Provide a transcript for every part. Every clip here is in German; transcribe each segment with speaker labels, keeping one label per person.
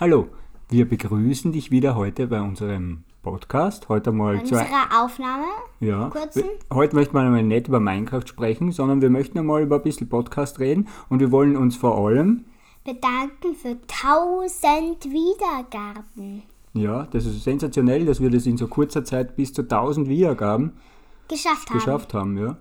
Speaker 1: Hallo, wir begrüßen dich wieder heute bei unserem Podcast. Heute mal zu
Speaker 2: unserer Aufnahme.
Speaker 1: ja,
Speaker 2: kurzen?
Speaker 1: wir- Heute möchten wir einmal nicht über Minecraft sprechen, sondern wir möchten einmal über ein bisschen Podcast reden und wir wollen uns vor allem,
Speaker 2: Bedanken für 1000 Wiedergaben.
Speaker 1: ja, das ist sensationell, dass wir das in so kurzer Zeit bis zu 1000 Wiedergaben
Speaker 2: Geschafft haben.
Speaker 1: geschafft haben, ja.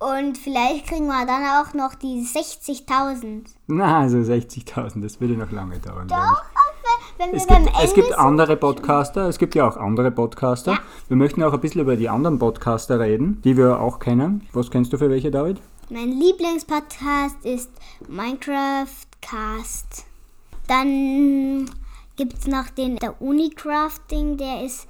Speaker 2: Und vielleicht kriegen wir dann auch noch die 60.000.
Speaker 1: Na, also 60.000, das würde noch lange dauern. glaub ich.
Speaker 2: Doch, aber wenn wir
Speaker 1: Es
Speaker 2: beim
Speaker 1: gibt, es gibt
Speaker 2: Ende
Speaker 1: andere Podcaster, es gibt ja auch andere Podcaster.
Speaker 2: Ja.
Speaker 1: Wir möchten auch ein bisschen über die anderen Podcaster reden, die wir auch kennen. Was kennst du für welche, David?
Speaker 2: Mein Lieblingspodcast ist Minecraft Cast. Dann gibt es noch den der Unicrafting, der ist.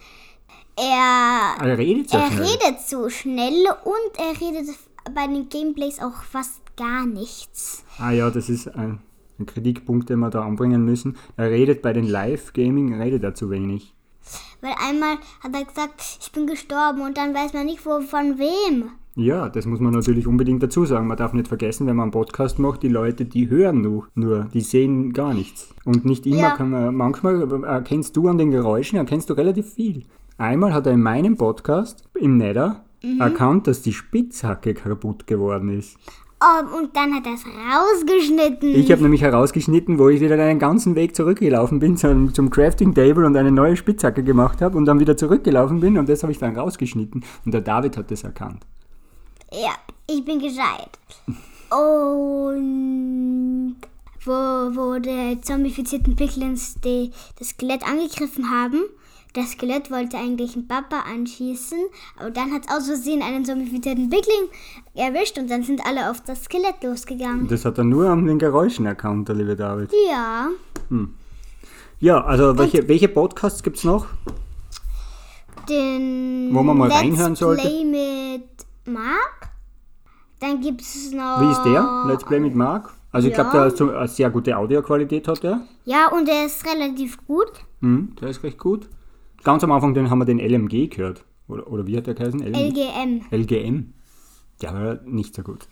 Speaker 2: Er,
Speaker 1: Er Äh, redet sehr
Speaker 2: er
Speaker 1: schnell.
Speaker 2: redet so schnell und er redet bei den Gameplays auch fast gar nichts.
Speaker 1: Ah ja, das ist ein, ein Kritikpunkt, den wir da anbringen müssen. Er redet bei den Live-Gaming, redet er zu wenig.
Speaker 2: Weil einmal hat er gesagt, ich bin gestorben und dann weiß man nicht, wo von wem.
Speaker 1: Ja, das muss man natürlich unbedingt dazu sagen. Man darf nicht vergessen, wenn man einen Podcast macht, die Leute, die hören nur, nur die sehen gar nichts. Und nicht immer
Speaker 2: Ja.
Speaker 1: kann man, manchmal erkennst du an den Geräuschen, erkennst du relativ viel. Einmal hat er in meinem Podcast, im Nether, erkannt, dass die Spitzhacke kaputt geworden ist.
Speaker 2: Oh, und dann hat er es rausgeschnitten.
Speaker 1: Ich habe nämlich herausgeschnitten, wo ich wieder einen ganzen Weg zurückgelaufen bin zum, zum Crafting Table und eine neue Spitzhacke gemacht habe und dann wieder zurückgelaufen bin und das habe ich dann rausgeschnitten und der David hat das erkannt.
Speaker 2: Ja, ich bin gescheit. Und wo, wo die zombifizierten Picklins die, das Skelett angegriffen haben, das Skelett wollte eigentlich einen Papa anschießen, aber dann hat es aus Versehen einen zombifizierten Pickling erwischt und dann sind alle auf das Skelett losgegangen.
Speaker 1: Und das hat er nur an den Geräuschen erkannt, der liebe David.
Speaker 2: Ja,
Speaker 1: Ja, also welche, welche Podcasts gibt es noch?
Speaker 2: den
Speaker 1: Wo man mal
Speaker 2: Let's
Speaker 1: reinhören sollte.
Speaker 2: Play mit Mark. Dann gibt es noch...
Speaker 1: Wie ist der? Let's Play mit Marc. Also ich
Speaker 2: Ah. Ja.
Speaker 1: glaube, der hat so eine sehr gute Audioqualität hat er.
Speaker 2: Ja, und der ist relativ gut.
Speaker 1: Hm, der ist recht gut. Ganz am Anfang den haben wir den LMG gehört. Oder, oder wie hat der geheißen? LMG?
Speaker 2: LGM.
Speaker 1: LGM. Der war nicht so gut.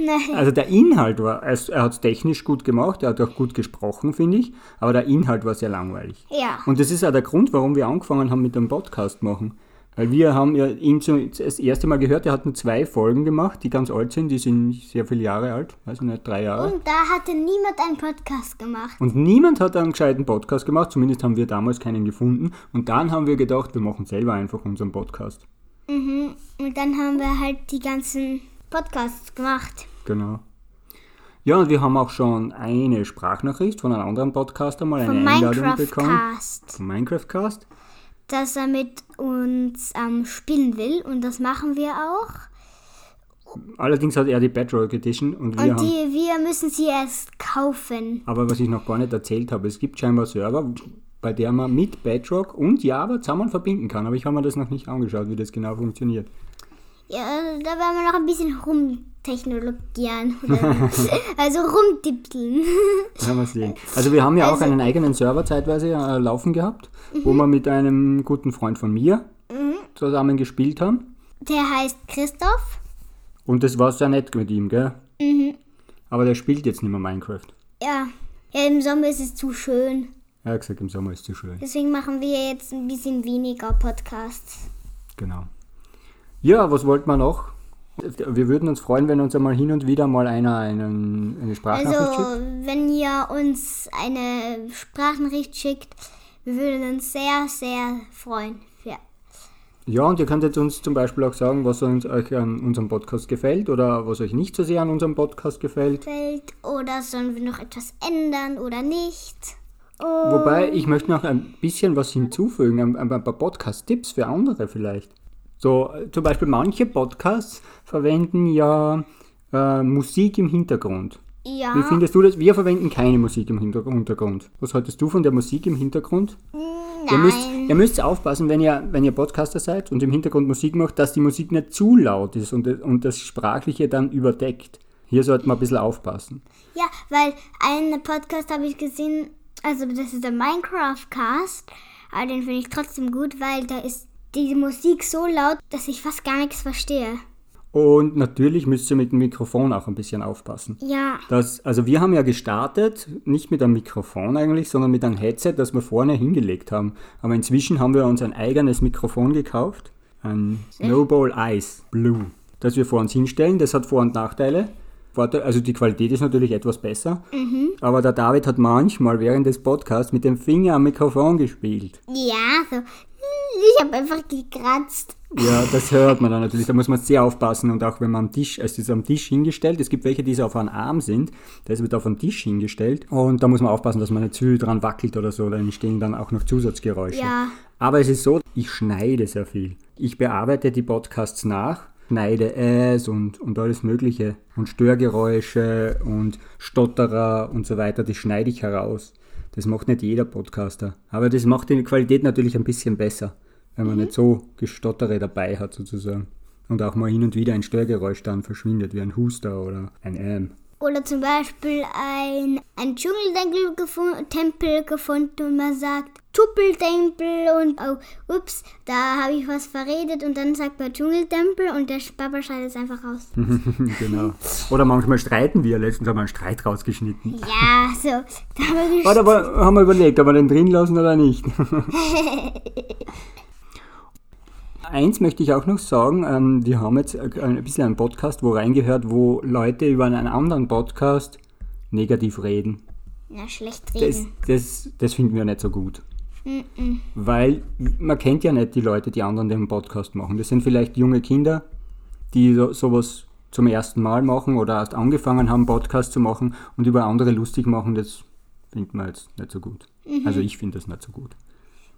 Speaker 2: Nein.
Speaker 1: Also der Inhalt war, es- er hat es technisch gut gemacht, er hat auch gut gesprochen, finde ich, aber der Inhalt war sehr langweilig.
Speaker 2: Ja.
Speaker 1: Und das ist auch der Grund, warum wir angefangen haben mit dem Podcast machen. Weil wir haben ja ihn zum, das erste Mal gehört, er hat nur zwei Folgen gemacht, die ganz alt sind, die sind sehr viele Jahre alt, weiß ich nicht, drei Jahre.
Speaker 2: Und da hatte niemand einen Podcast gemacht.
Speaker 1: Und niemand hat einen gescheiten Podcast gemacht, zumindest haben wir damals keinen gefunden. Und dann haben wir gedacht, wir machen selber einfach unseren Podcast.
Speaker 2: Mhm. Und dann haben wir halt die ganzen Podcasts gemacht.
Speaker 1: Genau. Ja, und wir haben auch schon eine Sprachnachricht von einem anderen Podcaster mal eine
Speaker 2: Vom
Speaker 1: Einladung bekommen.
Speaker 2: Minecraft-Cast.
Speaker 1: Vom Minecraft-Cast.
Speaker 2: Dass er mit uns ähm, spielen will. Und das machen wir auch.
Speaker 1: Allerdings hat er die Bedrock Edition und wir
Speaker 2: Und
Speaker 1: haben.
Speaker 2: Ah, die, wir müssen sie erst kaufen.
Speaker 1: Aber was ich noch gar nicht erzählt habe, es gibt scheinbar Server, bei der man mit Bedrock und Java zusammen verbinden kann. Aber ich habe mir das noch nicht angeschaut, wie das genau funktioniert.
Speaker 2: Ja, da werden wir noch ein bisschen rumtechnologieren. Oder also rumtippeln.
Speaker 1: Werden wir sehen. Also wir haben ja auch einen eigenen Server zeitweise äh, laufen gehabt, wo wir mit einem guten Freund von mir zusammen gespielt haben.
Speaker 2: Der heißt Christoph.
Speaker 1: Und das war sehr nett mit ihm, gell? Aber der spielt jetzt nicht mehr Minecraft.
Speaker 2: Ja. ja, im Sommer ist es zu schön.
Speaker 1: Er hat gesagt, im Sommer ist zu schön.
Speaker 2: Deswegen machen wir jetzt ein bisschen weniger Podcasts.
Speaker 1: Genau. Ja, was wollten wir noch? Wir würden uns freuen, wenn uns einmal hin und wieder mal einer einen, eine Sprachnachricht schickt.
Speaker 2: Also, wenn ihr uns eine Sprachnachricht schickt, wir würden uns sehr, sehr freuen. Ja.
Speaker 1: Ja, und ihr könntet uns zum Beispiel auch sagen, was uns euch an unserem Podcast gefällt oder was euch nicht so sehr an unserem Podcast gefällt.
Speaker 2: Fällt oder sollen wir noch etwas ändern oder nicht? Oh,
Speaker 1: Wobei, ich möchte noch ein bisschen was hinzufügen, ein, ein paar Podcast-Tipps für andere vielleicht. So, äh, zum Beispiel manche Podcasts verwenden ja äh, Musik im Hintergrund.
Speaker 2: ja.
Speaker 1: Wie findest du das? Wir verwenden keine Musik im Hinter- Hintergrund. Was haltest du von der Musik im Hintergrund? Ihr müsst,
Speaker 2: Nein.
Speaker 1: ihr müsst aufpassen, wenn ihr, wenn ihr Podcaster seid und im Hintergrund Musik macht, dass die Musik nicht zu laut ist und, und das Sprachliche dann überdeckt. Hier sollte man ein bisschen aufpassen.
Speaker 2: Ja, weil einen Podcast habe ich gesehen, also das ist der Minecraft-Cast, aber den finde ich trotzdem gut, weil da ist die Musik so laut, dass ich fast gar nichts verstehe.
Speaker 1: Und natürlich müsst ihr mit dem Mikrofon auch ein bisschen aufpassen.
Speaker 2: Ja,
Speaker 1: Das, also wir haben ja gestartet, nicht mit einem Mikrofon eigentlich, sondern mit einem Headset, das wir vorne hingelegt haben. Aber inzwischen haben wir uns ein eigenes Mikrofon gekauft, ein Snowball Ice Blue, das wir vor uns hinstellen. Das hat Vor- und Nachteile. Vorteil- Also die Qualität ist natürlich etwas besser, aber der David hat manchmal während des Podcasts mit dem Finger am Mikrofon gespielt.
Speaker 2: ja, so. Ich habe einfach gekratzt.
Speaker 1: Ja, das hört man dann natürlich. Da muss man sehr aufpassen und auch wenn man am Tisch, es ist am Tisch hingestellt. Es gibt welche, die so auf einem Arm sind. Das wird auf einen Tisch hingestellt und da muss man aufpassen, dass man nicht zu viel dran wackelt oder so. Dann entstehen dann auch noch Zusatzgeräusche.
Speaker 2: Ja.
Speaker 1: Aber es ist so, ich schneide sehr viel. Ich bearbeite die Podcasts nach, schneide es und, und alles Mögliche und Störgeräusche und Stotterer und so weiter. Die schneide ich heraus. Das macht nicht jeder Podcaster. Aber das macht die Qualität natürlich ein bisschen besser wenn man nicht so Gestottere dabei hat sozusagen. Und auch mal hin und wieder ein Störgeräusch dann verschwindet, wie ein Huster oder ein Ähm.
Speaker 2: Oder zum Beispiel ein, ein Dschungeltempel gefunden, Tempel gefunden und man sagt Tuppeltempel und oh, ups, da habe ich was verredet und dann sagt man Dschungeltempel und der Papa schneidet es einfach raus.
Speaker 1: genau. Oder manchmal streiten wir. Letztens haben wir einen Streit rausgeschnitten.
Speaker 2: ja, so, da haben wir
Speaker 1: Oder aber haben wir überlegt, ob wir den drin lassen oder nicht. Eins möchte ich auch noch sagen, ähm, wir haben jetzt ein bisschen einen Podcast, wo reingehört, wo Leute über einen anderen Podcast negativ reden.
Speaker 2: Ja, schlecht
Speaker 1: Das,
Speaker 2: reden.
Speaker 1: das, das finden wir nicht so gut. Weil man kennt ja nicht die Leute, die anderen den Podcast machen. Das sind vielleicht junge Kinder, die so, sowas zum ersten Mal machen oder erst angefangen haben, Podcast zu machen und über andere lustig machen. Das finden wir jetzt nicht so gut. Also ich finde das nicht so gut.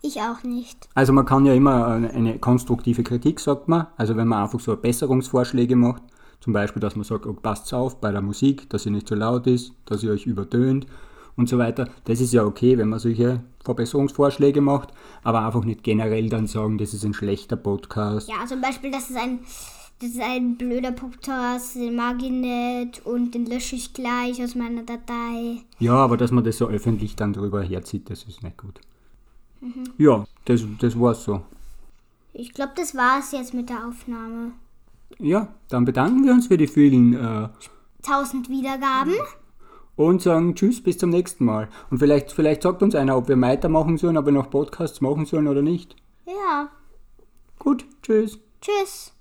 Speaker 2: Ich auch nicht.
Speaker 1: Also man kann ja immer eine, eine konstruktive Kritik, sagt man. Also wenn man einfach so Besserungsvorschläge macht, zum Beispiel, dass man sagt, oh, passt auf bei der Musik, dass sie nicht zu laut ist, dass ihr euch übertönt und so weiter. Das ist ja okay, wenn man solche Verbesserungsvorschläge macht, aber einfach nicht generell dann sagen, das ist ein schlechter Podcast.
Speaker 2: Ja, zum Beispiel, das ist ein, das ist ein blöder Podcast, den mag ich nicht und den lösche ich gleich aus meiner Datei.
Speaker 1: Ja, aber dass man das so öffentlich dann drüber herzieht, das ist nicht gut. Ja, das, das war's so.
Speaker 2: Ich glaube, das war's jetzt mit der Aufnahme.
Speaker 1: Ja, dann bedanken wir uns für die vielen äh,
Speaker 2: 1000 Wiedergaben.
Speaker 1: und sagen Tschüss, bis zum nächsten Mal. Und vielleicht, vielleicht sagt uns einer, ob wir weitermachen sollen, ob wir noch Podcasts machen sollen oder nicht.
Speaker 2: Ja,
Speaker 1: Gut, Tschüss.
Speaker 2: tschüss.